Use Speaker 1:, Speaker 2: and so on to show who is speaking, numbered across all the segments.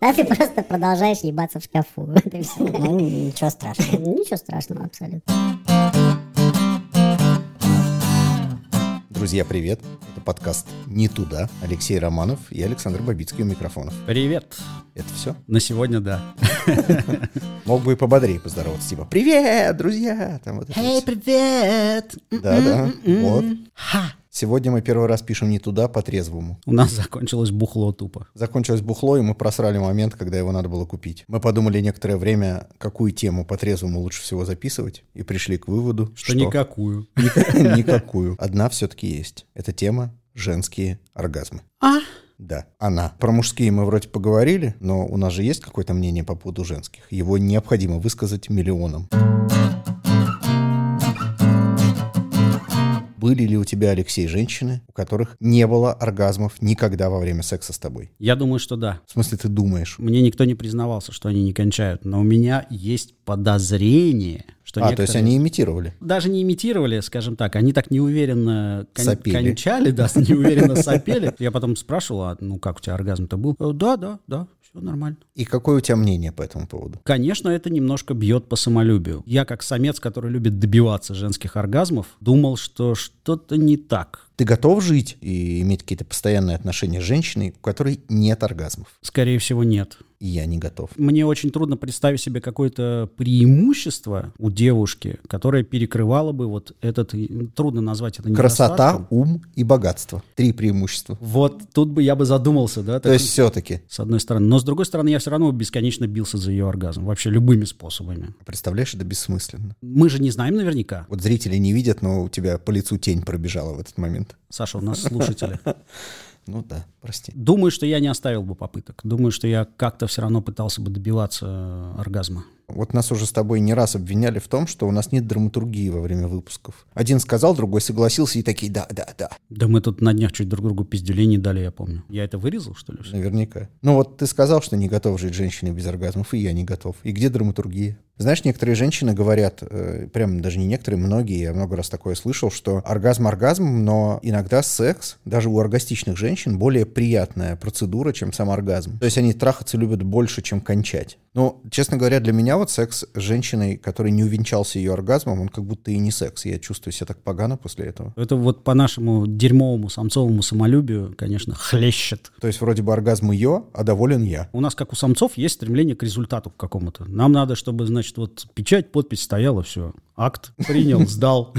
Speaker 1: А ты просто продолжаешь ебаться в шкафу. Вот и всё.
Speaker 2: Ну, ничего страшного.
Speaker 1: Ничего страшного абсолютно.
Speaker 3: Друзья, привет. Это подкаст «Не туда». Алексей Романов и Александр Бабицкий у микрофонов.
Speaker 4: Привет.
Speaker 3: Это все.
Speaker 4: На сегодня да.
Speaker 3: Мог бы и пободрее поздороваться, типа «Привет, друзья!» Там вот это вот.
Speaker 4: привет.
Speaker 3: Да-да, вот.
Speaker 4: Ха.
Speaker 3: Сегодня мы первый раз пишем «Не туда» по-трезвому.
Speaker 4: У нас закончилось бухло тупо.
Speaker 3: Закончилось бухло, и мы просрали момент, когда его надо было купить. Мы подумали некоторое время, какую тему по-трезвому лучше всего записывать, и пришли к выводу,
Speaker 4: Что, никакую.
Speaker 3: Никакую. Одна все-таки есть. Это тема «Женские оргазмы».
Speaker 4: А?
Speaker 3: Да, она. Про мужские мы вроде поговорили, но у нас же есть какое-то мнение по поводу женских. Его необходимо высказать миллионам. Были ли у тебя, Алексей, женщины, у которых не было оргазмов никогда во время секса с тобой?
Speaker 4: Я думаю, что да.
Speaker 3: В смысле, ты думаешь?
Speaker 4: Мне никто не признавался, что они не кончают, но у меня есть подозрение, что
Speaker 3: а, то есть
Speaker 4: некоторые
Speaker 3: они имитировали.
Speaker 4: даже не имитировали, скажем так, они так неуверенно кон-
Speaker 3: Сопели.
Speaker 4: кончали, да, неуверенно сопели. Я потом спрашивал, а ну как у тебя оргазм-то был? «Э, Да, да, да, все нормально.
Speaker 3: И какое у тебя мнение по этому поводу?
Speaker 4: Конечно, это немножко бьет по самолюбию. Я, как самец, который любит добиваться женских оргазмов, думал, что что-то не так.
Speaker 3: Ты готов жить и иметь какие-то постоянные отношения с женщиной, у которой нет оргазмов?
Speaker 4: Скорее всего, нет.
Speaker 3: И я не готов.
Speaker 4: Мне очень трудно представить себе какое-то преимущество у девушки, которое перекрывало бы вот этот... и- Трудно назвать это
Speaker 3: Красота,
Speaker 4: недостатком.
Speaker 3: ум и богатство. Три преимущества.
Speaker 4: Вот тут бы я бы задумался, да?
Speaker 3: То
Speaker 4: так-
Speaker 3: есть все-таки.
Speaker 4: С одной стороны. Но с другой стороны, я все равно бесконечно бился за ее оргазм. Вообще любыми способами.
Speaker 3: Представляешь, это бессмысленно.
Speaker 4: Мы же не знаем наверняка.
Speaker 3: Вот зрители не видят, но у тебя по лицу тень пробежала в этот момент.
Speaker 4: Саша, у нас слушатели.
Speaker 3: Ну да, прости.
Speaker 4: Думаю, что я не оставил бы попыток. Думаю, что я как-то все равно пытался бы добиваться э, оргазма.
Speaker 3: Вот нас уже с тобой не раз обвиняли в том, что у нас нет драматургии во время выпусков. Один сказал, другой согласился и такие «да, да, да».
Speaker 4: Да мы тут на днях чуть друг другу пиздюлей не дали, я помню. Я это вырезал, что ли? всё?
Speaker 3: Наверняка. Ну вот ты сказал, что не готов жить женщиной без оргазмов, и я не готов. И где драматургия? Знаешь, некоторые женщины говорят, э, прям даже не некоторые, многие, я много раз такое слышал, что оргазм оргазм, но иногда секс, даже у оргастичных женщин, более приятная процедура, чем сам оргазм. То есть они трахаться любят больше, чем кончать. Но, честно говоря, для меня вот секс с женщиной, который не увенчался ее оргазмом, он как будто и не секс. Я чувствую себя так погано после этого.
Speaker 4: Это вот по нашему дерьмовому самцовому самолюбию, конечно, хлещет.
Speaker 3: То есть вроде бы оргазм ее, а доволен я.
Speaker 4: У нас, как у самцов, есть стремление к результату к какому-то. Нам надо, чтобы, значит, вот печать, подпись стояла, все. Акт принял, сдал.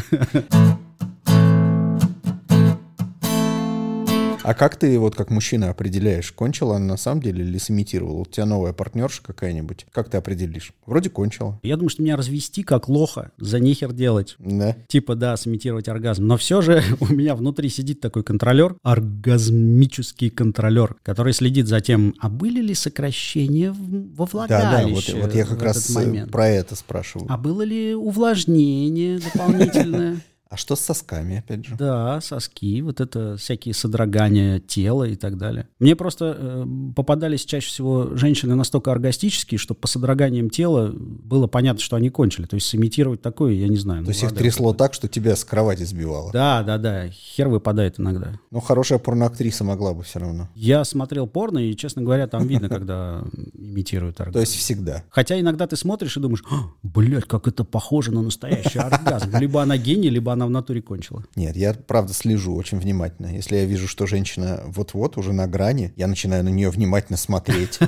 Speaker 3: А как ты вот как мужчина определяешь, кончила она на самом деле или сымитировала? У тебя новая партнерша какая-нибудь? Как ты определишь? Вроде кончила.
Speaker 4: Я думаю, что меня развести как лоха, за нихер делать.
Speaker 3: Да.
Speaker 4: Типа, да, сымитировать оргазм. Но все же у меня внутри сидит такой контролер, оргазмический контролер, который следит за тем, а были ли сокращения в- во
Speaker 3: Да, да, вот,
Speaker 4: влагалище
Speaker 3: вот я
Speaker 4: в
Speaker 3: как
Speaker 4: этот
Speaker 3: раз э,
Speaker 4: момент?
Speaker 3: про это спрашивал.
Speaker 4: А
Speaker 3: А...
Speaker 4: было ли увлажнение дополнительное?
Speaker 3: А что с сосками, опять же?
Speaker 4: Да, соски, вот это всякие содрогания тела и так далее. Мне просто э, попадались чаще всего женщины настолько оргастические, что по содроганиям тела было понятно, что они кончили. То есть сымитировать такое, я не знаю. ну,
Speaker 3: То есть их
Speaker 4: ладно.
Speaker 3: трясло так, что тебя с кровати сбивало.
Speaker 4: Да, да, да, хер выпадает иногда.
Speaker 3: Ну, хорошая порноактриса могла бы все равно.
Speaker 4: Я смотрел порно, и, честно говоря, там видно, когда имитируют оргазм.
Speaker 3: То есть всегда.
Speaker 4: Хотя иногда ты смотришь и думаешь, блядь, как это похоже на настоящий оргазм. Либо она гений, либо она в натуре кончила.
Speaker 3: Нет, я правда слежу очень внимательно. Если я вижу, что женщина вот-вот уже на грани, я начинаю на нее внимательно смотреть.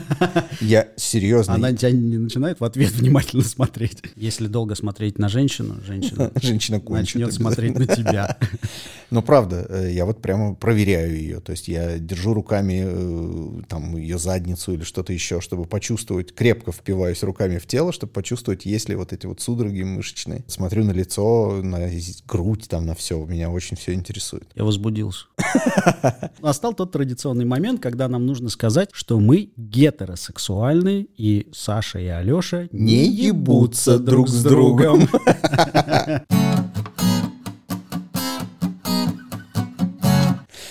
Speaker 3: Я серьезно.
Speaker 4: Она тебя не начинает в ответ внимательно смотреть. Если долго смотреть на женщину, женщина
Speaker 3: Женщина кончит.
Speaker 4: начнет
Speaker 3: обязательно.
Speaker 4: смотреть на тебя.
Speaker 3: Ну, правда, э, я вот прямо проверяю ее. То есть я держу руками э, там ее задницу или что-то еще, чтобы почувствовать, крепко впиваюсь руками в тело, чтобы почувствовать, есть ли вот эти вот судороги мышечные. Смотрю на лицо, на з- грудь, там, на все. Меня очень все интересует.
Speaker 4: Я возбудился. Настал тот традиционный момент, когда нам нужно сказать, что мы гетеросексуальны, и Саша и Алеша
Speaker 3: Не ебутся друг с другом.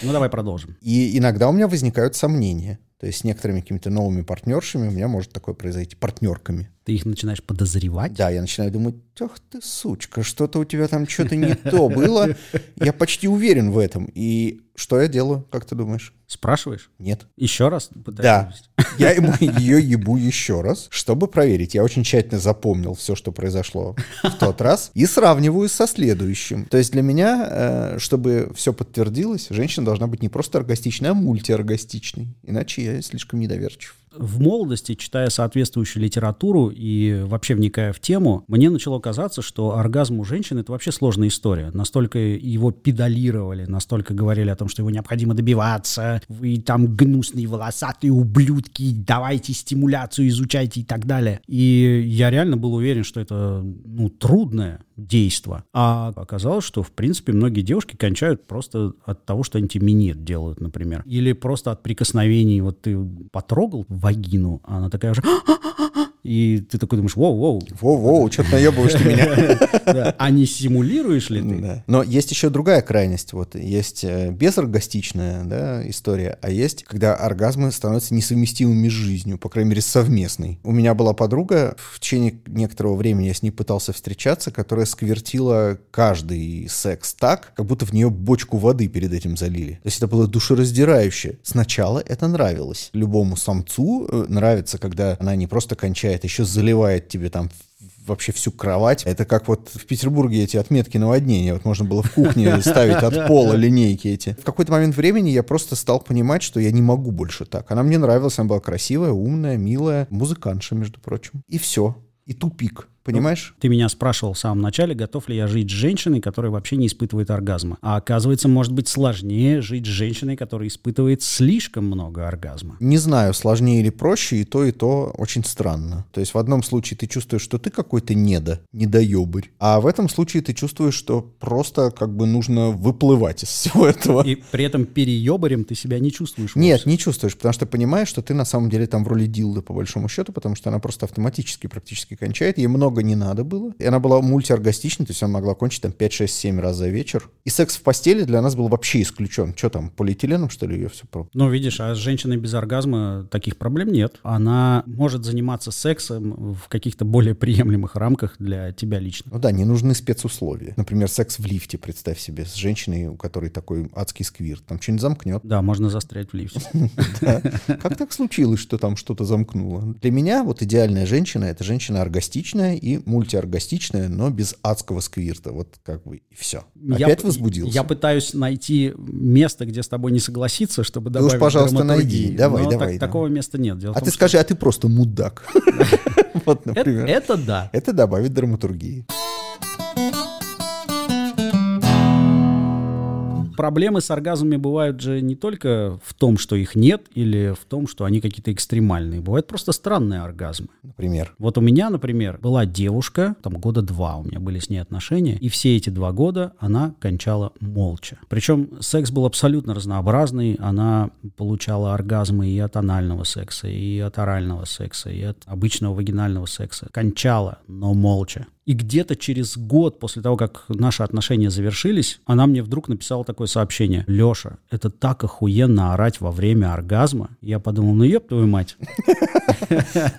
Speaker 4: Ну давай продолжим.
Speaker 3: И иногда у меня возникают сомнения. То есть с некоторыми какими-то новыми партнершами у меня может такое произойти. Партнерками.
Speaker 4: ты их начинаешь подозревать.
Speaker 3: Да, я начинаю думать, ах ты, сучка, что-то у тебя там что-то не то было. Я почти уверен в этом. И что я делаю, как ты думаешь?
Speaker 4: Спрашиваешь?
Speaker 3: Нет.
Speaker 4: Еще раз?
Speaker 3: Да.
Speaker 4: пытаешься?
Speaker 3: Я ему ее ебу еще раз, чтобы проверить. Я очень тщательно запомнил все, что произошло в тот раз, и сравниваю со следующим. То есть для меня, э, чтобы все подтвердилось, женщина должна быть не просто оргастичной, а мультиоргастичной. Иначе я слишком недоверчив.
Speaker 4: В молодости, читая соответствующую литературу и вообще вникая в тему, мне начало казаться, что оргазм у женщин — это вообще сложная история. Настолько его педалировали, настолько говорили о том, что его необходимо добиваться, вы там гнусные волосатые ублюдки, давайте стимуляцию, изучайте и так далее. И я реально был уверен, что это ну, трудное действо. А оказалось, что, в принципе, многие девушки кончают просто от того, что они тебе минет делают, например. Или просто от прикосновений. Вот ты потрогал вагину, а она такая уже... И ты такой думаешь, воу-воу.
Speaker 3: Воу-воу, что ты наебываешь ты меня?
Speaker 4: Да. А не симулируешь ли ты?
Speaker 3: Да. Но есть еще другая крайность. Вот есть э, безоргастичная да, история, а есть, когда оргазмы становятся несовместимыми с жизнью, по крайней мере, с совместной. У меня была подруга, в течение некоторого времени я с ней пытался встречаться, которая сквертила каждый секс так, как будто в нее бочку воды перед этим залили. То есть это было душераздирающе. Сначала это нравилось. Любому самцу э, нравится, когда она не просто кончает, еще заливает тебе там вообще всю кровать. Это как вот в Петербурге эти отметки наводнения. Вот можно было в кухне ставить от пола линейки эти. В какой-то момент времени я просто стал понимать, что я не могу больше так. Она мне нравилась, она была красивая, умная, милая, музыкантша, между прочим. И все. И тупик. Понимаешь? Ну,
Speaker 4: Ты меня спрашивал в самом начале, готов ли я жить с женщиной, которая вообще не испытывает оргазма. А оказывается, может быть сложнее жить с женщиной, которая испытывает слишком много оргазма.
Speaker 3: Не знаю, сложнее или проще, и то, и то очень странно. То есть в одном случае ты чувствуешь, что ты какой-то недо, недоебырь, а в этом случае ты чувствуешь, что просто как бы нужно выплывать из всего этого.
Speaker 4: И при этом переебарем ты себя не чувствуешь.
Speaker 3: Нет,
Speaker 4: вовсе.
Speaker 3: не чувствуешь, потому что понимаешь, что ты на самом деле там в роли дилды, по большому счету, потому что она просто автоматически практически кончает, ей много не надо было. И она была мультиоргастичной, то есть она могла кончить там 5, 6, 7 раз за вечер. И секс в постели для нас был вообще исключен. Что там, полиэтиленом, что ли, ее все про...
Speaker 4: Ну, видишь, а с женщиной без оргазма таких проблем нет. Она может заниматься сексом в каких-то более приемлемых рамках для тебя лично.
Speaker 3: Ну да, не нужны спецусловия. Например, секс в лифте, представь себе, с женщиной, у которой такой адский сквирт. Там что-нибудь замкнет.
Speaker 4: Да, можно застрять в лифте.
Speaker 3: Да. Как так случилось, что там что-то замкнуло? Для меня вот идеальная женщина — это женщина оргастичная и мультиоргастичная, но без адского сквирта. Вот как бы и все.
Speaker 4: Я
Speaker 3: Опять
Speaker 4: п-
Speaker 3: возбудился.
Speaker 4: Я пытаюсь найти место, где с тобой не согласиться, чтобы добавить
Speaker 3: уж, пожалуйста,
Speaker 4: драматургии.
Speaker 3: найди. Давай, давай,
Speaker 4: Но
Speaker 3: давай.
Speaker 4: так- Такого места нет. Дело в
Speaker 3: А
Speaker 4: том,
Speaker 3: ты
Speaker 4: что-
Speaker 3: скажи, а ты просто мудак. Вот,
Speaker 4: это,
Speaker 3: например.
Speaker 4: это да.
Speaker 3: Это добавит драматургии.
Speaker 4: Проблемы с оргазмами бывают же не только в том, что их нет, или в том, что они какие-то экстремальные. Бывают просто странные оргазмы.
Speaker 3: Например.
Speaker 4: Вот у меня, например, была девушка, там года два у меня были с ней отношения, и все эти два года она кончала молча. Причем секс был абсолютно разнообразный, она получала оргазмы и от анального секса, и от орального секса, и от обычного вагинального секса. Кончала, но молча. И где-то через год после того, как наши отношения завершились, она мне вдруг написала такое сообщение. Леша, это так охуенно орать во время оргазма. Я подумал, ну еб твою мать.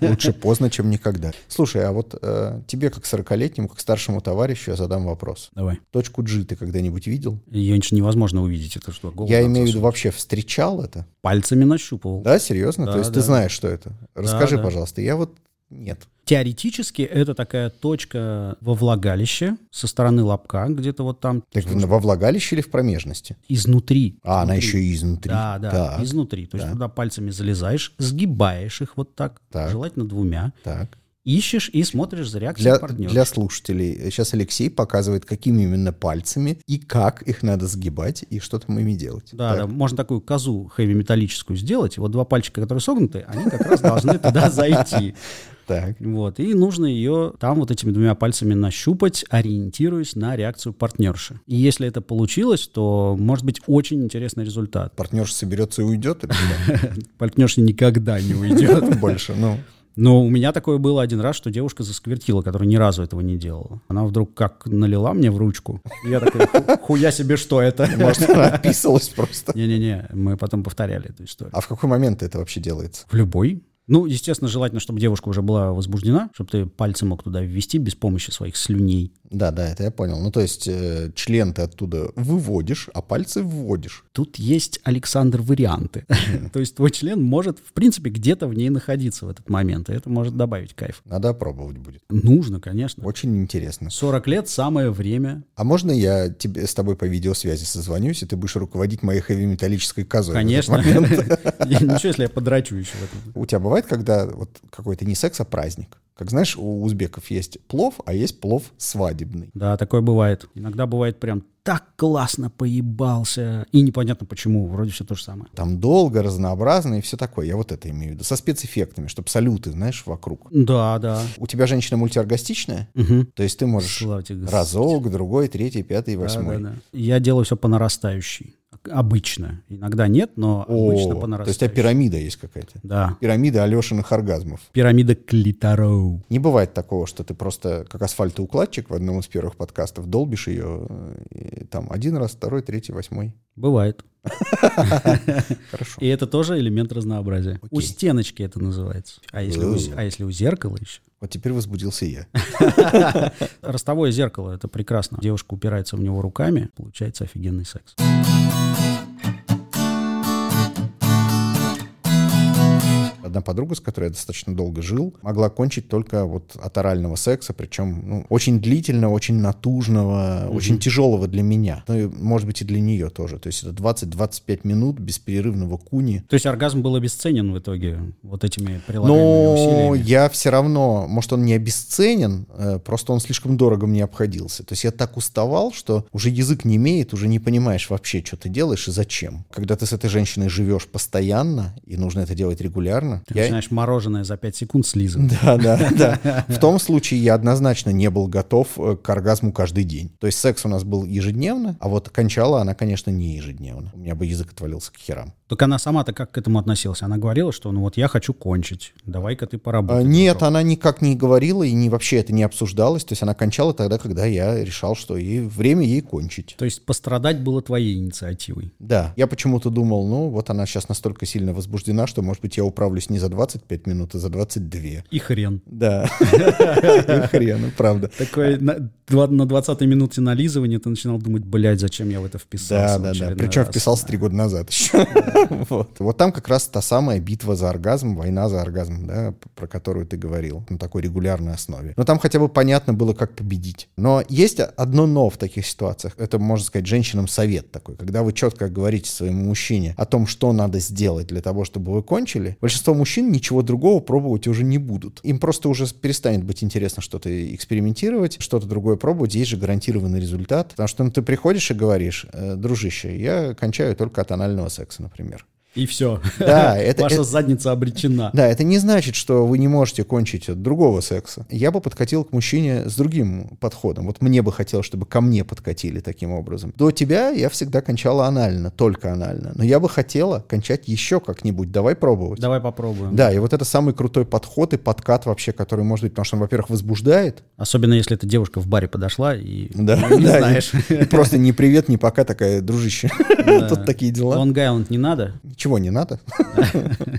Speaker 3: Лучше поздно, чем никогда. Слушай, а вот э, тебе, как 40-летнему, как старшему товарищу, я задам вопрос.
Speaker 4: Давай.
Speaker 3: Точку G ты когда-нибудь видел?
Speaker 4: Ее ничего невозможно увидеть, это что? голова
Speaker 3: Я имею в
Speaker 4: отсосет?
Speaker 3: виду, вообще встречал это?
Speaker 4: Пальцами нащупывал.
Speaker 3: Да, серьезно?
Speaker 4: Да,
Speaker 3: То есть ты
Speaker 4: да.
Speaker 3: знаешь, что это? Расскажи,
Speaker 4: да.
Speaker 3: пожалуйста. Я вот... Нет.
Speaker 4: Теоретически это такая точка во влагалище со стороны лобка, где-то вот там
Speaker 3: Так во влагалище или в промежности?
Speaker 4: изнутри.
Speaker 3: А, она
Speaker 4: Внутри.
Speaker 3: еще и изнутри.
Speaker 4: Да, да,
Speaker 3: Так,
Speaker 4: изнутри. То есть
Speaker 3: Да.
Speaker 4: туда пальцами залезаешь, сгибаешь их вот так,
Speaker 3: Так.
Speaker 4: желательно двумя,
Speaker 3: так.
Speaker 4: ищешь и смотришь за реакцией
Speaker 3: Для,
Speaker 4: партнера.
Speaker 3: для слушателей. Сейчас Алексей показывает, какими именно пальцами и как их надо сгибать, и что там ими делать.
Speaker 4: Да,
Speaker 3: Так.
Speaker 4: да, можно такую козу хэви-металлическую сделать, и вот два пальчика, которые согнуты, они как раз должны туда зайти.
Speaker 3: Так.
Speaker 4: Вот, и нужно ее там вот этими двумя пальцами нащупать, ориентируясь на реакцию партнерши. И если это получилось, то может быть очень интересный результат.
Speaker 3: Партнерша соберется и уйдет или что?
Speaker 4: Партнерша никогда не уйдет.
Speaker 3: больше? Ну,
Speaker 4: Но у меня такое было один раз, что девушка засквертила, которая ни разу этого не делала. Она вдруг как налила мне в ручку. И Я такой, «Ху- хуя себе, что это?
Speaker 3: может, она отписалась просто.
Speaker 4: Не-не-не, мы потом повторяли эту историю.
Speaker 3: А в какой момент это вообще делается?
Speaker 4: В любой. Ну, естественно, желательно, чтобы девушка уже была возбуждена, чтобы ты пальцем мог туда ввести без помощи своих слюней.
Speaker 3: Да, да, это я понял. Ну, то есть э, член ты оттуда выводишь, а пальцы вводишь.
Speaker 4: Тут есть, Александр, варианты. То есть твой член может, в принципе, где-то в ней находиться в этот момент, и это может добавить кайф.
Speaker 3: Надо пробовать будет.
Speaker 4: Нужно, конечно.
Speaker 3: Очень интересно.
Speaker 4: 40 лет – самое время.
Speaker 3: А можно я тебе, с тобой по видеосвязи созвонюсь, и ты будешь руководить моей хэви-металлической козой? в этот
Speaker 4: Конечно.
Speaker 3: момент?
Speaker 4: Я- Ничего, если я подрачу еще в этом.
Speaker 3: У тебя бывает, когда вот какой-то не секс, а праздник? Как знаешь, у узбеков есть плов, а есть плов свадебный.
Speaker 4: Да, такое бывает. Иногда бывает прям так классно поебался. И непонятно почему. Вроде все то же самое.
Speaker 3: Там долго, разнообразно и все такое. Я вот это имею в виду. Со спецэффектами, чтобы салюты, знаешь, вокруг.
Speaker 4: Да, да.
Speaker 3: У тебя женщина мультиоргастичная?
Speaker 4: Мгм.
Speaker 3: То есть ты можешь
Speaker 4: Слава тебе, Господи.
Speaker 3: разок, другой, третий, пятый,
Speaker 4: Да,
Speaker 3: восьмой.
Speaker 4: да, да. Я делаю все по нарастающей. Обычно. Иногда нет, но обычно по
Speaker 3: О, то есть у тебя
Speaker 4: нарастающей.
Speaker 3: пирамида есть какая-то.
Speaker 4: Да.
Speaker 3: Пирамида Алешиных оргазмов.
Speaker 4: Пирамида клитороу.
Speaker 3: Не бывает такого, что ты просто как асфальтоукладчик в одном из первых подкастов долбишь ее э, и там один раз, второй, третий, восьмой.
Speaker 4: Бывает.
Speaker 3: Хорошо.
Speaker 4: И это тоже элемент разнообразия.
Speaker 3: типа.
Speaker 4: У
Speaker 3: Окей. Ну.
Speaker 4: стеночки это называется. А если, у, з-
Speaker 3: Оу.
Speaker 4: а если у зеркала еще?
Speaker 3: Вот теперь возбудился я.
Speaker 4: Ростовое зеркало — это прекрасно. Девушка упирается в него руками, получается офигенный секс.
Speaker 3: Одна подруга, с которой я достаточно долго жил, могла кончить только вот от орального секса, причем ну, очень длительного, очень натужного, очень тяжелого для меня. Ну и, может быть, и для нее тоже. То есть это 20-25 минут беспрерывного куни.
Speaker 4: То есть оргазм был обесценен в итоге вот этими прилагаемыми
Speaker 3: Но
Speaker 4: усилиями?
Speaker 3: я все равно, может, он не обесценен, э, просто он слишком дорого мне обходился. То есть я так уставал, что уже язык не имеет, уже не понимаешь вообще, что ты делаешь и зачем. Когда ты с этой женщиной живешь постоянно, и нужно это делать регулярно,
Speaker 4: Ты
Speaker 3: я-
Speaker 4: начинаешь мороженое за 5 секунд слизывать.
Speaker 3: Да, да, да. В том случае я однозначно не был готов э, к оргазму каждый день. То есть секс у нас был ежедневно, а вот кончала она, конечно, не ежедневно. У меня бы язык отвалился к херам.
Speaker 4: Только она сама-то как к этому относилась? Она говорила, что ну вот я хочу кончить, давай-ка ты
Speaker 3: А,
Speaker 4: поработай.
Speaker 3: Нет,
Speaker 4: дружок.
Speaker 3: она никак не говорила и не, вообще это не обсуждалось. То есть она кончала тогда, когда я решал, что ей время ей кончить.
Speaker 4: То есть пострадать было твоей инициативой.
Speaker 3: Да, я почему-то думал, ну вот она сейчас настолько сильно возбуждена, что, может быть, я управлюсь не за 25 минут, а за 22.
Speaker 4: И хрен.
Speaker 3: Да, хрена, правда.
Speaker 4: Такой на, два- на 20-й минуте нализывания ты начинал думать, блядь, зачем я в это
Speaker 3: Да,
Speaker 4: вписался? в
Speaker 3: да, да.
Speaker 4: очередной
Speaker 3: Причем
Speaker 4: раз?»
Speaker 3: вписался три года назад еще. Вот. Вот там как раз та самая битва за оргазм, война за оргазм, да, п- про которую ты говорил, на такой регулярной основе. Но там хотя бы понятно было, как победить. Но есть одно но в таких ситуациях. Это, можно сказать, женщинам совет такой. Когда вы четко говорите своему мужчине о том, что надо сделать для того, чтобы вы кончили, большинство мужчин ничего другого пробовать уже не будут. Им просто уже перестанет быть интересно что-то экспериментировать, что-то другое пробовать. Есть же гарантированный результат. Потому что ну, ты приходишь и говоришь, «Э, дружище, я кончаю только от анального секса, например.
Speaker 4: И все.
Speaker 3: Да, это,
Speaker 4: Ваша
Speaker 3: это-
Speaker 4: задница обречена.
Speaker 3: да, это не значит, что вы не можете кончить от другого секса. Я бы подкатил к мужчине с другим подходом. Вот мне бы хотелось, чтобы ко мне подкатили таким образом. До тебя я всегда кончала анально, только анально. Но я бы хотела кончать еще как-нибудь. Давай пробовать.
Speaker 4: Давай попробуем.
Speaker 3: Да, и вот это самый крутой подход и подкат вообще, который может быть, потому что он, во-первых, возбуждает.
Speaker 4: Особенно если эта девушка в баре подошла и
Speaker 3: Да,
Speaker 4: не
Speaker 3: да,
Speaker 4: знаешь.
Speaker 3: И просто ни привет, ни пока такая, дружище.
Speaker 4: Да.
Speaker 3: Тут такие дела.
Speaker 4: Лонг-Айленд не надо?
Speaker 3: Ничего не надо.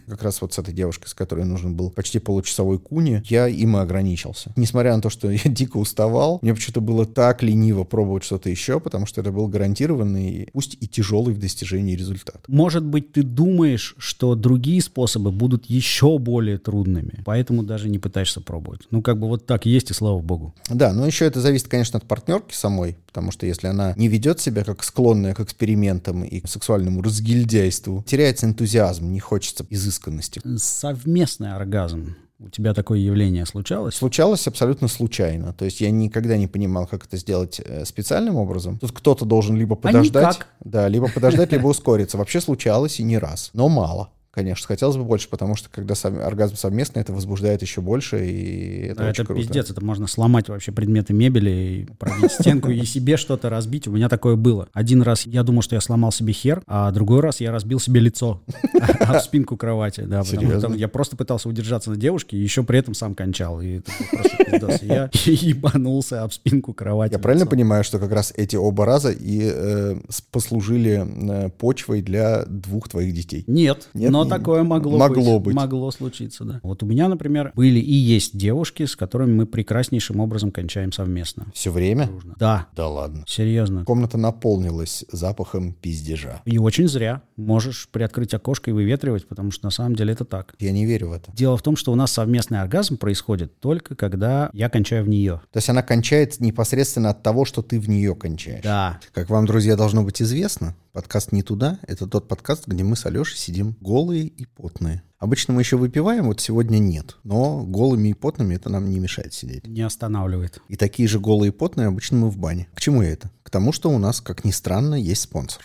Speaker 3: Как раз вот с этой девушкой, с которой нужен был почти получасовой куни, я им и ограничился. Несмотря на то, что я дико уставал, мне почему-то было так лениво пробовать что-то еще, потому что это был гарантированный, пусть и тяжелый в достижении результат.
Speaker 4: Может быть, ты думаешь, что другие способы будут еще более трудными, поэтому даже не пытаешься пробовать. Ну, как бы вот так есть, и слава богу.
Speaker 3: Да, но еще это зависит, конечно, от партнерки самой, потому что если она не ведет себя как склонная к экспериментам и к сексуальному разгильдяйству, теряется энтузиазм, не хочется изысканности.
Speaker 4: Совместный оргазм. У тебя такое явление случалось?
Speaker 3: Случалось абсолютно случайно. То есть я никогда не понимал, как это сделать э, специальным образом. Тут кто-то должен либо подождать,
Speaker 4: А никак.
Speaker 3: да, либо подождать, либо ускориться. Вообще случалось и не раз, но мало. Конечно, хотелось бы больше, потому что когда сам- оргазм совместный, это возбуждает еще больше, и это
Speaker 4: Да,
Speaker 3: очень
Speaker 4: это
Speaker 3: круто.
Speaker 4: пиздец, это можно сломать вообще предметы мебели, и пробить стенку и себе что-то разбить. У меня такое было. Один раз я думал, что я сломал себе хер, а другой раз я разбил себе лицо об спинку кровати. Да, потому что
Speaker 3: Серьезно?
Speaker 4: я просто пытался удержаться на девушке, и еще при этом сам кончал. И это был просто пиздос. И Я ебанулся об спинку кровати.
Speaker 3: Я правильно
Speaker 4: лицом.
Speaker 3: понимаю, что как раз эти оба раза и э, с- послужили э, почвой для двух твоих детей?
Speaker 4: Нет,
Speaker 3: Нет?
Speaker 4: Но такое могло,
Speaker 3: Могло
Speaker 4: быть.
Speaker 3: быть.
Speaker 4: Могло случиться, да. Вот у меня, например, были и есть девушки, с которыми мы прекраснейшим образом кончаем совместно.
Speaker 3: Все время?
Speaker 4: Дружно. Да,
Speaker 3: Да ладно.
Speaker 4: серьезно.
Speaker 3: Комната наполнилась запахом пиздежа.
Speaker 4: И очень зря. Можешь приоткрыть окошко и выветривать, потому что на самом деле это так.
Speaker 3: Я не верю в это.
Speaker 4: Дело в том, что у нас совместный оргазм происходит только когда я кончаю в нее.
Speaker 3: То есть она кончает непосредственно от того, что ты в нее кончаешь.
Speaker 4: Да.
Speaker 3: Как вам, друзья, должно быть известно, подкаст «Не туда» — это тот подкаст, где мы с Алешей сидим голые и потные. Обычно мы еще выпиваем, вот сегодня нет. Но голыми и потными это нам не мешает сидеть.
Speaker 4: Не останавливает.
Speaker 3: И такие же голые и потные обычно мы в бане. К чему я это? К тому, что у нас, как ни странно, есть спонсор.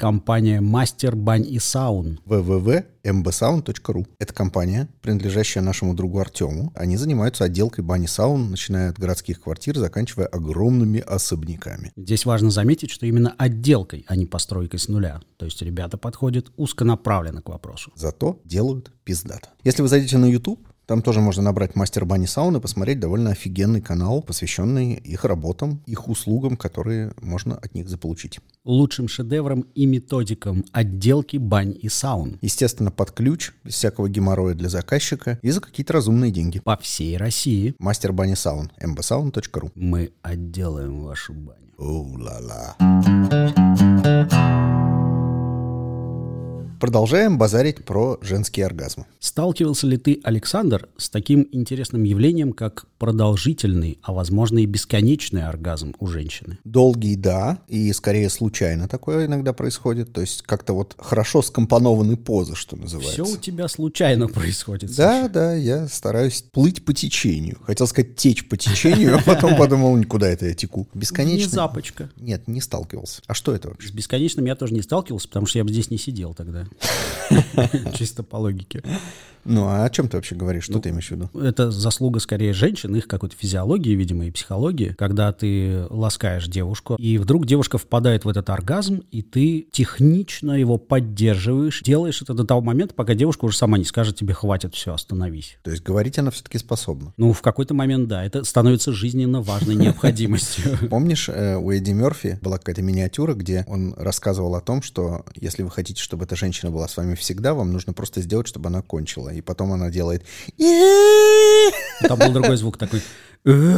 Speaker 4: Компания «Мастер Бань и Саун».
Speaker 3: www.mbsound.ru. Это компания, принадлежащая нашему другу Артему. Они занимаются отделкой бани саун, начиная от городских квартир, заканчивая огромными особняками.
Speaker 4: Здесь важно заметить, что именно отделкой, а не постройкой с нуля. То есть ребята подходят узконаправленно к вопросу.
Speaker 3: Зато делают пиздато. Если вы зайдете на YouTube, там тоже можно набрать мастер бани саун и посмотреть довольно офигенный канал, посвященный их работам, их услугам, которые можно от них заполучить.
Speaker 4: Лучшим шедевром и методикам отделки бань и саун
Speaker 3: Естественно, под ключ, без всякого геморроя для заказчика и за какие-то разумные деньги.
Speaker 4: по всей России
Speaker 3: Мастер бани саун, mbsound.ru.
Speaker 4: мы отделаем вашу баню.
Speaker 3: Оу-ла-ла. Продолжаем базарить про женские оргазмы.
Speaker 4: Сталкивался ли ты, Александр, с таким интересным явлением, как продолжительный, а возможно и бесконечный оргазм у женщины?
Speaker 3: Долгий, да, и скорее случайно такое иногда происходит. То есть как-то вот хорошо скомпонованы позы, что называется.
Speaker 4: Все у тебя случайно происходит.
Speaker 3: да, да, я стараюсь плыть по течению. Хотел сказать течь по течению, а потом подумал, никуда это я теку.
Speaker 4: Саша. Не
Speaker 3: Бесконечно.
Speaker 4: започка.
Speaker 3: Нет, не сталкивался. А что это вообще?
Speaker 4: С бесконечным я тоже не сталкивался, потому что я бы здесь не сидел тогда. Чисто по логике.
Speaker 3: Ну, а о чем ты вообще говоришь?
Speaker 4: Ну,
Speaker 3: Что ты имеешь в виду?
Speaker 4: Это заслуга скорее женщин, их какой-то физиологии, видимо, и психологии, когда ты ласкаешь девушку, и вдруг девушка впадает в этот оргазм, и ты технично его поддерживаешь, делаешь это до того момента, пока девушка уже сама не скажет тебе «хватит, все, остановись».
Speaker 3: То есть говорить она все-таки способна.
Speaker 4: Ну, в какой-то момент, да, это становится жизненно важной необходимостью.
Speaker 3: Помнишь, э, у Эдди Мерфи была какая-то миниатюра, где он рассказывал о том, что если вы хотите, чтобы эта женщина была с вами всегда, вам нужно просто сделать, чтобы она кончила. И потом она делает...
Speaker 4: Там был другой звук такой.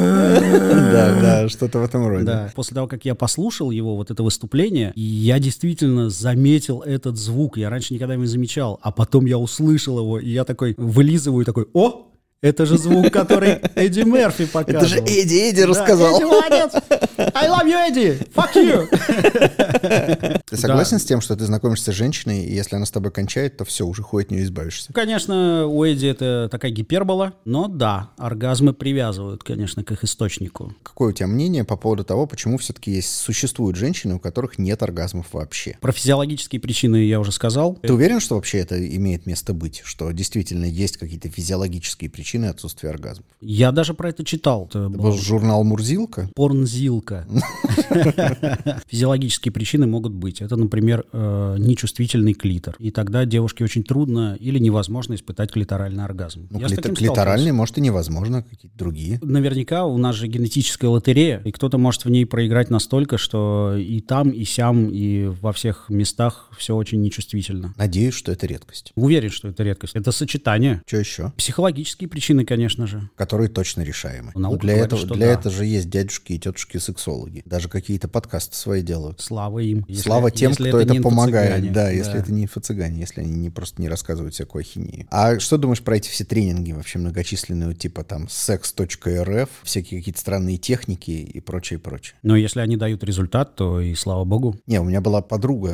Speaker 3: Да, да, что-то в этом роде.
Speaker 4: Да. После того, как я послушал его, вот это выступление, я действительно заметил этот звук. Я раньше никогда не замечал, а потом я услышал его, и я такой вылизываю, и такой, о, это же звук, который Эдди Мерфи показывал.
Speaker 3: Это же Эдди, Эдди
Speaker 4: Да,
Speaker 3: рассказал.
Speaker 4: Эдди молодец! I love you, Эдди! Fuck you!
Speaker 3: Ты согласен с тем, что ты знакомишься с женщиной, и если она с тобой кончает, то все, уже хуй от нее избавишься?
Speaker 4: Конечно, у Эдди это такая гипербола, но да, оргазмы привязывают, конечно, к их источнику.
Speaker 3: Какое у тебя мнение по поводу того, почему все-таки есть существуют женщины, у которых нет оргазмов вообще?
Speaker 4: Про физиологические причины я уже сказал.
Speaker 3: Ты уверен, что вообще это имеет место быть? Что действительно есть какие-то физиологические причины отсутствия оргазмов?
Speaker 4: Я даже про это читал. Это
Speaker 3: Это был
Speaker 4: было
Speaker 3: журнал «Мурзилка»?
Speaker 4: Порнзилка. Физиологические причины могут быть. Это, например, э, нечувствительный клитор. И тогда девушке очень трудно или невозможно испытать клиторальный оргазм.
Speaker 3: Ну,
Speaker 4: Я с
Speaker 3: клит-
Speaker 4: таким
Speaker 3: клиторальный,
Speaker 4: сталкивался.
Speaker 3: может, и невозможно, а какие-то другие.
Speaker 4: Наверняка у нас же генетическая лотерея, и кто-то может в ней проиграть настолько, что и там, и сям, и во всех местах все очень нечувствительно.
Speaker 3: Надеюсь, что это редкость.
Speaker 4: Уверен, что это редкость. Это сочетание.
Speaker 3: Что еще?
Speaker 4: Психологические причины, конечно же.
Speaker 3: Которые точно решаемы.
Speaker 4: Наука
Speaker 3: Ну, для
Speaker 4: говорит,
Speaker 3: этого,
Speaker 4: что
Speaker 3: для
Speaker 4: да.
Speaker 3: этого же есть дядюшки и тетушки-сексологи. Даже какие-то подкасты свои делают.
Speaker 4: Слава им. Если-
Speaker 3: Слава тем,
Speaker 4: если
Speaker 3: кто это,
Speaker 4: не
Speaker 3: помогает.
Speaker 4: инфо-цыгане.
Speaker 3: Да, если это не инфо-цыгане, если они не просто не рассказывают всякую ахинею. А что думаешь про эти все тренинги вообще многочисленные, типа там секс.рф, всякие какие-то странные техники и прочее, прочее?
Speaker 4: Но если они дают результат, то и слава богу.
Speaker 3: Не, у меня была подруга,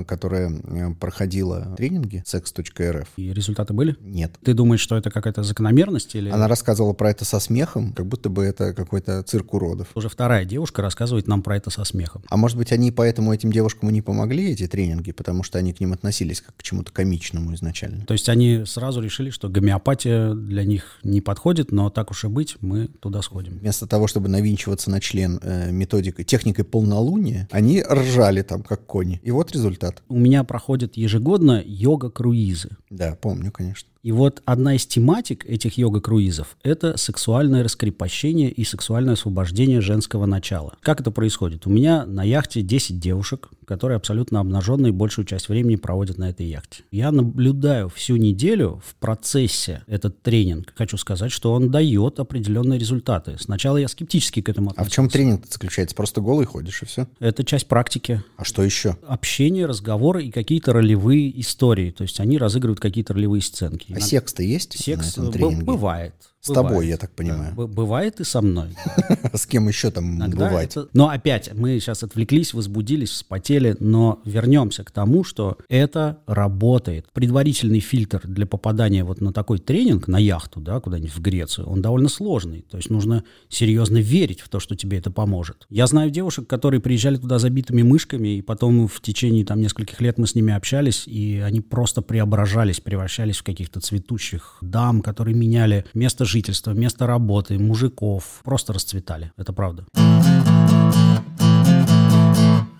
Speaker 3: э, которая э, проходила тренинги секс.рф.
Speaker 4: И результаты были?
Speaker 3: Нет.
Speaker 4: Ты думаешь, что это какая-то закономерность или...
Speaker 3: Она рассказывала про это со смехом, как будто бы это какой-то цирк уродов.
Speaker 4: Уже вторая девушка рассказывает нам про это со смехом.
Speaker 3: А может быть, они поэтому этим девушкам и не помогли, эти тренинги, потому что они к ним относились как к чему-то комичному изначально.
Speaker 4: То есть они сразу решили, что гомеопатия для них не подходит, но так уж и быть, мы туда сходим.
Speaker 3: Вместо того, чтобы навинчиваться на член э, методикой, техникой полнолуния, они ржали там, как кони. И вот результат.
Speaker 4: У меня проходят ежегодно йога-круизы.
Speaker 3: Да, помню, конечно.
Speaker 4: И вот одна из тематик этих йога-круизов – это сексуальное раскрепощение и сексуальное освобождение женского начала. Как это происходит? У меня на яхте 10 девушек, которые абсолютно обнаженные большую часть времени проводят на этой яхте. Я наблюдаю всю неделю в процессе этот тренинг. Хочу сказать, что он дает определенные результаты. Сначала я скептически к
Speaker 3: А
Speaker 4: этому
Speaker 3: в
Speaker 4: относился.
Speaker 3: чем тренинг заключается? Просто голый ходишь и все?
Speaker 4: Это часть практики.
Speaker 3: А что еще?
Speaker 4: Общение, разговоры и какие-то ролевые истории. То есть они разыгрывают какие-то ролевые сценки.
Speaker 3: А
Speaker 4: Иногда-
Speaker 3: секс-то есть
Speaker 4: Секс
Speaker 3: Типа,
Speaker 4: э,
Speaker 3: на этом
Speaker 4: б-
Speaker 3: тренинге?
Speaker 4: бывает.
Speaker 3: С тобой,
Speaker 4: бывает.
Speaker 3: я так понимаю.
Speaker 4: Б- Бывает и со мной.
Speaker 3: С кем еще там
Speaker 4: Иногда
Speaker 3: бывает?
Speaker 4: это- Но опять, мы сейчас отвлеклись, возбудились, вспотели, но вернемся к тому, что это работает. Предварительный фильтр для попадания вот на такой тренинг, на яхту, да, куда-нибудь в Грецию, он довольно сложный. То есть нужно серьезно верить в то, что тебе это поможет. Я знаю девушек, которые приезжали туда забитыми мышками, и потом в течение там нескольких лет мы с ними общались, и они просто преображались, превращались в каких-то цветущих дам, которые меняли место жительства, место работы, мужиков, просто расцветали. Это правда.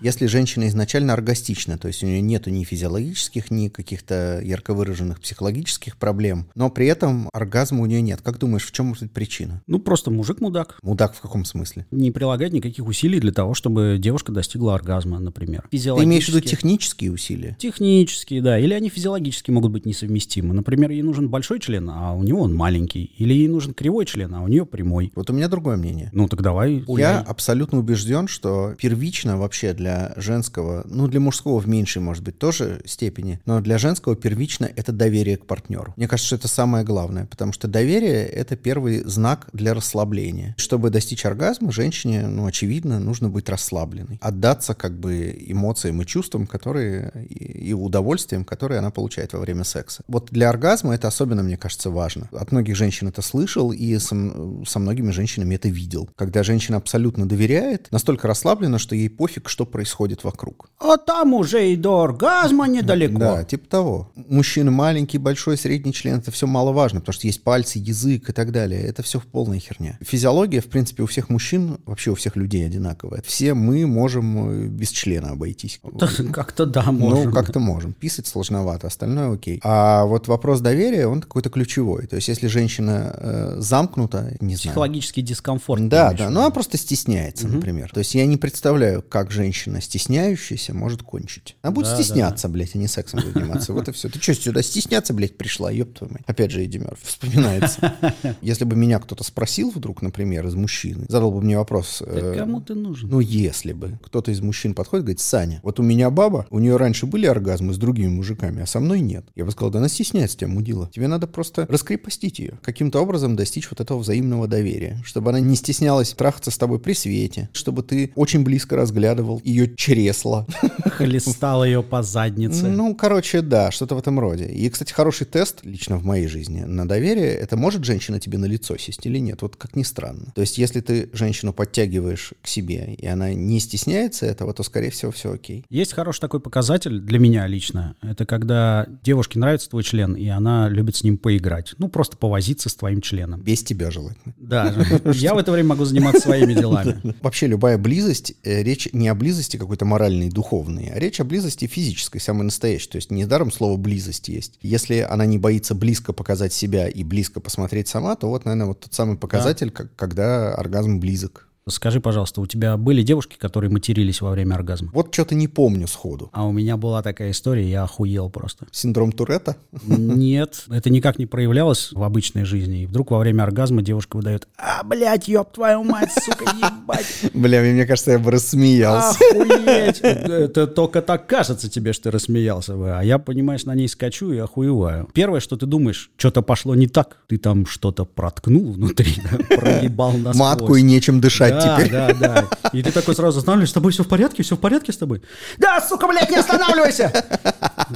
Speaker 3: Если женщина изначально оргастична, то есть у нее нету ни физиологических, ни каких-то ярко выраженных психологических проблем, но при этом оргазма у нее нет. Как думаешь, в чем может быть причина?
Speaker 4: Ну, просто мужик-мудак.
Speaker 3: Мудак в каком смысле?
Speaker 4: Не прилагает никаких усилий для того, чтобы девушка достигла оргазма, например.
Speaker 3: Ты имеешь в виду
Speaker 4: Физиологически-
Speaker 3: технические усилия?
Speaker 4: Технические, да. Или они физиологически могут быть несовместимы. Например, ей нужен большой член, а у него он маленький. Или ей нужен кривой член, а у нее прямой.
Speaker 3: Вот у меня другое мнение.
Speaker 4: Ну, так давай.
Speaker 3: Я
Speaker 4: гуляй.
Speaker 3: абсолютно убежден, что первично вообще для женского, ну для мужского в меньшей, может быть, тоже степени, но для женского первично это доверие к партнеру. Мне кажется, что это самое главное, потому что доверие — это первый знак для расслабления. Чтобы достичь оргазма, женщине, ну, очевидно, нужно быть расслабленной, отдаться как бы эмоциям и чувствам, которые и и удовольствием, которые она получает во время секса. Вот для оргазма это особенно, мне кажется, важно. От многих женщин это слышал, и со, м- со многими женщинами это видел. Когда женщина абсолютно доверяет, настолько расслаблена, что ей пофиг, что происходит вокруг.
Speaker 4: А там уже и до оргазма недалеко.
Speaker 3: Да, типа того. Мужчина маленький, большой, средний член, это все маловажно, потому что есть пальцы, язык и так далее. Это все полная херня. Физиология, в принципе, у всех мужчин, вообще у всех людей одинаковая. Все мы можем э, без члена обойтись.
Speaker 4: Так, Как-то да, можно.
Speaker 3: Ну, как-то можем. Писать сложновато, остальное окей. А вот вопрос доверия, он какой-то ключевой. То есть, если женщина э, замкнута, не знаю.
Speaker 4: Психологический дискомфорт.
Speaker 3: Да,
Speaker 4: ты
Speaker 3: да,
Speaker 4: имеешь
Speaker 3: ну она
Speaker 4: в виду.
Speaker 3: просто стесняется, например. То есть я не представляю, как женщина, стесняющаяся, может кончить. Она будет
Speaker 4: Да, да,
Speaker 3: стесняться, блядь, а не сексом будет заниматься. Вот и все. Ты что, сюда стесняться, блядь, пришла, ёб твою мать. Опять же, Эдди Мёрфи вспоминается. Если бы меня кто-то спросил вдруг, например, из мужчины, задал бы мне вопрос...
Speaker 4: Так
Speaker 3: э,
Speaker 4: кому ты нужен?
Speaker 3: ну, если бы. Кто-то из мужчин подходит и говорит, Саня, вот у меня баба, у нее раньше были оргазмы с другими мужиками, а со мной нет. Я бы сказал, да она стесняется тебя, мудила. Тебе надо просто раскрепостить ее. Каким-то образом достичь вот этого взаимного доверия. Чтобы она не стеснялась трахаться с тобой при свете. Чтобы ты очень близко разглядывал ее чресло.
Speaker 4: Хлестал ее по заднице.
Speaker 3: Ну, короче, да, что-то в этом роде. И, кстати, хороший тест, лично в моей жизни, на доверие, это может женщина тебе на лицо сесть или нет, вот как ни странно. То есть, если ты женщину подтягиваешь к себе, и она не стесняется этого, то, скорее всего, все окей.
Speaker 4: Есть хороший такой показатель для меня лично. Это когда девушке нравится твой член, и она любит с ним поиграть. Ну, просто повозиться с твоим членом.
Speaker 3: Без тебя желательно. Ну,
Speaker 4: Да, я в это время могу заниматься своими делами.
Speaker 3: Вообще любая близость, э, речь не о близости какой-то моральной, духовной, а речь о близости физической, самой настоящей. То есть недаром слово «близость» есть. Если она не боится близко показать себя и близко посмотреть сама, то вот, наверное, вот тот самый показатель, как- когда оргазм близок.
Speaker 4: Скажи, пожалуйста, у тебя были девушки, которые матерились во время оргазма?
Speaker 3: Вот что-то не помню сходу.
Speaker 4: А у меня была такая история, я охуел просто.
Speaker 3: Синдром Туретта?
Speaker 4: Нет, это никак не проявлялось в обычной жизни. И вдруг во время оргазма девушка выдает «А, блядь, ёб твою мать, сука, ебать,
Speaker 3: Бля, мне кажется, я бы рассмеялся.
Speaker 4: охуеть!» Это только так кажется тебе, что ты рассмеялся бы. А я, понимаешь, на ней скачу и охуеваю. Первое, что ты думаешь, что-то пошло не так. Ты там что-то проткнул внутри, да, проебал насквозь.
Speaker 3: Матку и нечем дышать
Speaker 4: да,
Speaker 3: теперь.
Speaker 4: Да, да, И ты такой сразу останавливаешься, с тобой все в порядке, все в порядке с тобой? Да, сука, блядь, не останавливайся!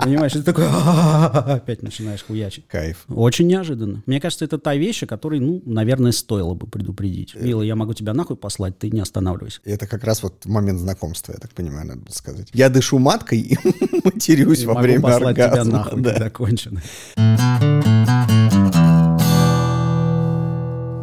Speaker 4: Понимаешь, и ты такой «А-а-а-а-а», опять начинаешь хуячить.
Speaker 3: Кайф.
Speaker 4: Очень неожиданно. Мне кажется, это та вещь, о которой, ну, наверное, стоило бы предупредить.
Speaker 3: Э.
Speaker 4: Милый, я могу тебя нахуй послать, ты не останавливайся.
Speaker 3: Это как раз вот момент знакомства, я так понимаю, надо было сказать. Я дышу маткой и матерюсь
Speaker 4: Я
Speaker 3: во
Speaker 4: могу
Speaker 3: время
Speaker 4: послать тебя
Speaker 3: оргазма.
Speaker 4: нахуй,
Speaker 3: Да.
Speaker 4: когда кончено.
Speaker 3: А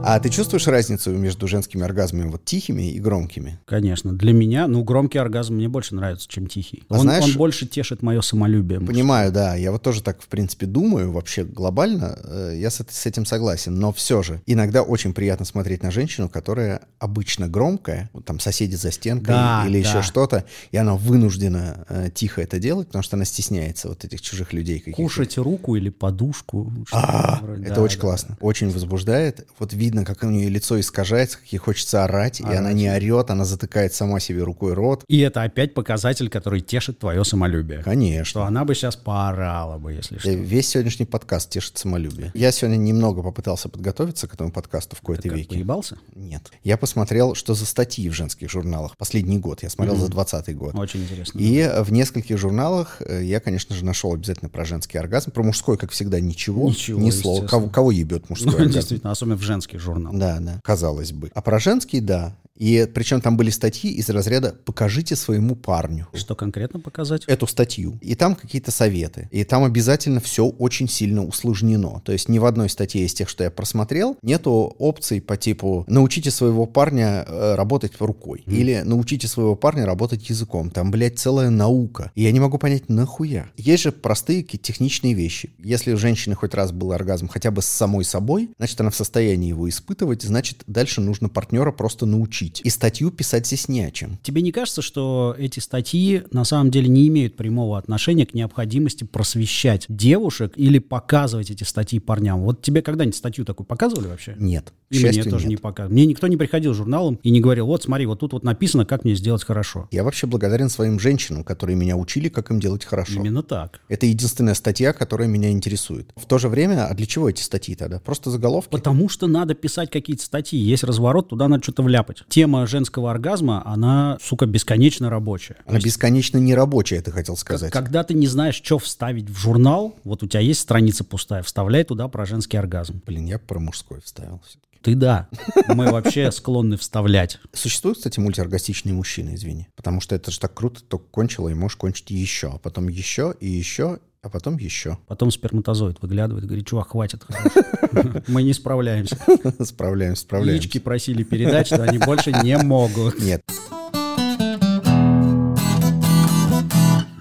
Speaker 3: А ты чувствуешь разницу между женскими оргазмами вот тихими и громкими?
Speaker 4: Конечно. Для меня, ну, громкий оргазм мне больше нравится, чем тихий.
Speaker 3: А
Speaker 4: он,
Speaker 3: знаешь-
Speaker 4: он больше тешит мое самолюбие. может.
Speaker 3: Понимаю, да. Я вот тоже так, в принципе, думаю вообще глобально. э, Я с, эт- с этим согласен. Но все же, иногда очень приятно смотреть на женщину, которая обычно громкая, вот там соседи за стенкой
Speaker 4: Да,
Speaker 3: или
Speaker 4: да.
Speaker 3: еще что-то, и она вынуждена э, тихо это делать, потому что она стесняется вот этих чужих людей каких-то.
Speaker 4: Кушать руку или подушку. что-то
Speaker 3: А,
Speaker 4: вроде.
Speaker 3: это
Speaker 4: Да,
Speaker 3: очень
Speaker 4: да.
Speaker 3: классно, очень возбуждает. Вот видно, как у нее лицо искажается, как ей хочется орать, и она
Speaker 4: Орать.
Speaker 3: не орет, она затыкает сама себе рукой рот.
Speaker 4: И это опять показатель, который тешит твое самолюбие. Что
Speaker 3: Конечно.
Speaker 4: она бы сейчас поорала бы, если
Speaker 3: Э,
Speaker 4: что.
Speaker 3: Весь сегодняшний подкаст тешит самолюбие. Я сегодня немного попытался подготовиться к этому подкасту в кои-то
Speaker 4: Ты как,
Speaker 3: веке.
Speaker 4: поебался?
Speaker 3: Нет. Я посмотрел, что за статьи в женских журналах. Последний год. Я смотрел за 20 год.
Speaker 4: Очень интересно.
Speaker 3: И э, в нескольких журналах э, я, конечно же, нашел обязательно про женский оргазм. Про мужской, как всегда, ничего.
Speaker 4: Ничего,
Speaker 3: ни слова.
Speaker 4: естественно.
Speaker 3: Кого, кого ебет мужской
Speaker 4: Ну,
Speaker 3: оргазм?
Speaker 4: действительно, особенно в женский журнал.
Speaker 3: Да, да. Казалось бы. А про женский, да. И причем там были статьи из разряда «Покажите своему парню»
Speaker 4: Что конкретно показать?
Speaker 3: эту статью. И там какие-то советы. И там обязательно все очень сильно усложнено. То есть ни в одной статье из тех, что я просмотрел, нету опций по типу «научите своего парня э, работать рукой» или «научите своего парня работать языком». Там, блядь, целая наука. И я не могу понять, нахуя. Есть же простые ки- техничные вещи. Если у женщины хоть раз был оргазм хотя бы с самой собой, значит, она в состоянии его испытывать, значит, дальше нужно партнера просто научить. И статью писать здесь не о чем.
Speaker 4: Тебе не кажется, что эти статьи на самом деле не имеют прямого отношения к необходимости просвещать девушек или показывать эти статьи парням? Вот тебе когда-нибудь статью такую показывали вообще?
Speaker 3: Нет. К
Speaker 4: И мне
Speaker 3: счастью,
Speaker 4: тоже
Speaker 3: нет.
Speaker 4: не показывали. Мне никто не приходил с журналом и не говорил, вот смотри, вот тут вот написано, как мне сделать хорошо.
Speaker 3: Я вообще благодарен своим женщинам, которые меня учили, как им делать хорошо.
Speaker 4: Именно так.
Speaker 3: Это единственная статья, которая меня интересует. В то же время, а для чего эти статьи тогда? Просто заголовки?
Speaker 4: Потому что надо писать какие-то статьи. Есть разворот, туда надо что-то вляпать. Тема женского оргазма, она, сука, бесконечно рабочая.
Speaker 3: Она бесконечно нерабочая, ты хотел сказать.
Speaker 4: Когда ты не знаешь, что вставить в журнал, вот у тебя есть страница пустая, вставляй туда про женский оргазм.
Speaker 3: Блин, я про мужской вставил. всё-таки.
Speaker 4: Ты да. Мы вообще склонны вставлять.
Speaker 3: Существуют, кстати, мультиоргастичные мужчины, извини. Потому что это же так круто, ты только кончила и можешь кончить еще, а потом еще и еще, а потом еще.
Speaker 4: Потом сперматозоид выглядывает, говорит, чувак, хватит. хорош. Мы не справляемся.
Speaker 3: Справляемся, справляемся.
Speaker 4: Лички просили передать, что они больше не могут.
Speaker 3: Нет.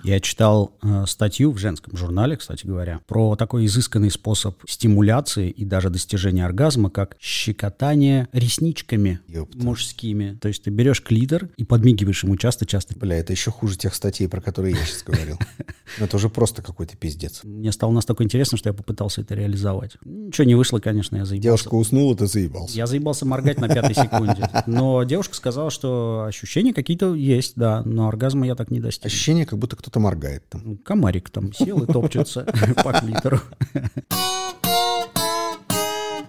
Speaker 4: Я читал э, статью в женском журнале, кстати говоря, про такой изысканный способ стимуляции и даже достижения оргазма, как щекотание ресничками
Speaker 3: Ёпта.
Speaker 4: мужскими. То есть ты берешь клитор и подмигиваешь ему часто-часто.
Speaker 3: Бля, это еще хуже тех статей, про которые я сейчас говорил. Ну, Это уже просто какой-то пиздец.
Speaker 4: Мне стало настолько интересно, что я попытался это реализовать. Ничего не вышло, конечно, я заебался.
Speaker 3: Девушка уснула, ты заебался.
Speaker 4: Я заебался моргать на пятой секунде. Но девушка сказала, что ощущения какие-то есть, да, но оргазма я так не достиг.
Speaker 3: Ощущение, как будто кто-то моргает там.
Speaker 4: Ну, Комарик там сел и топчется по клитору.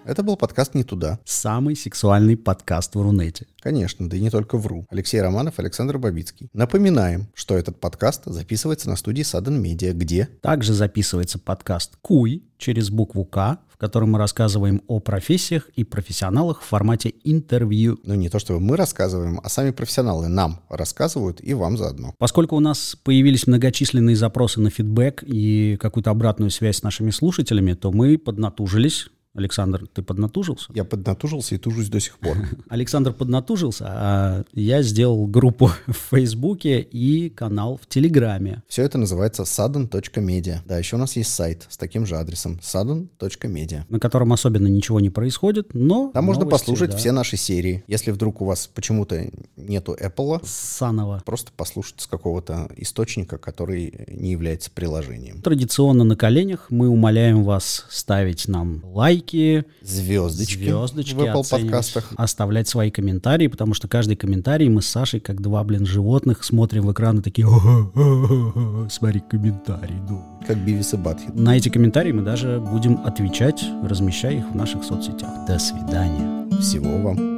Speaker 3: Это был подкаст «Не туда».
Speaker 4: Самый сексуальный подкаст в Рунете.
Speaker 3: Конечно, да и не только вру. Алексей Романов, Александр Бабицкий. Напоминаем, что этот подкаст записывается на студии Sudden Media, где
Speaker 4: Также записывается подкаст «Куй» через букву «К», в котором мы рассказываем о профессиях и профессионалах в формате интервью.
Speaker 3: ну не то, что мы рассказываем, а сами профессионалы нам рассказывают и вам заодно.
Speaker 4: Поскольку у нас появились многочисленные запросы на фидбэк и какую-то обратную связь с нашими слушателями, то мы поднатужились. Александр, ты поднатужился?
Speaker 3: Я поднатужился и тужусь до сих пор.
Speaker 4: Александр поднатужился, а я сделал группу в Фейсбуке и канал в Телеграме.
Speaker 3: Все это называется sudden.media. Да, еще у нас есть сайт с таким же адресом sudden.media.
Speaker 4: на котором особенно ничего не происходит, но...
Speaker 3: Там можно
Speaker 4: новости,
Speaker 3: послушать
Speaker 4: да,
Speaker 3: все наши серии. Если вдруг у вас почему-то нету Apple,
Speaker 4: Саново.
Speaker 3: просто послушать с какого-то источника, который не является приложением.
Speaker 4: Традиционно на коленях мы умоляем вас ставить нам лайки,
Speaker 3: Звездочки,
Speaker 4: звездочки,
Speaker 3: в Apple
Speaker 4: оценивать,
Speaker 3: подкастах.
Speaker 4: оставлять свои комментарии, потому что каждый комментарий мы с Сашей, как два, блин, животных, смотрим в экран и такие, «Ха-ха-ха-ха-ха, смотри, комментарий, ну».
Speaker 3: Как Бивис и Батхит.
Speaker 4: На эти комментарии мы даже будем отвечать, размещая их в наших соцсетях. До свидания.
Speaker 3: Всего вам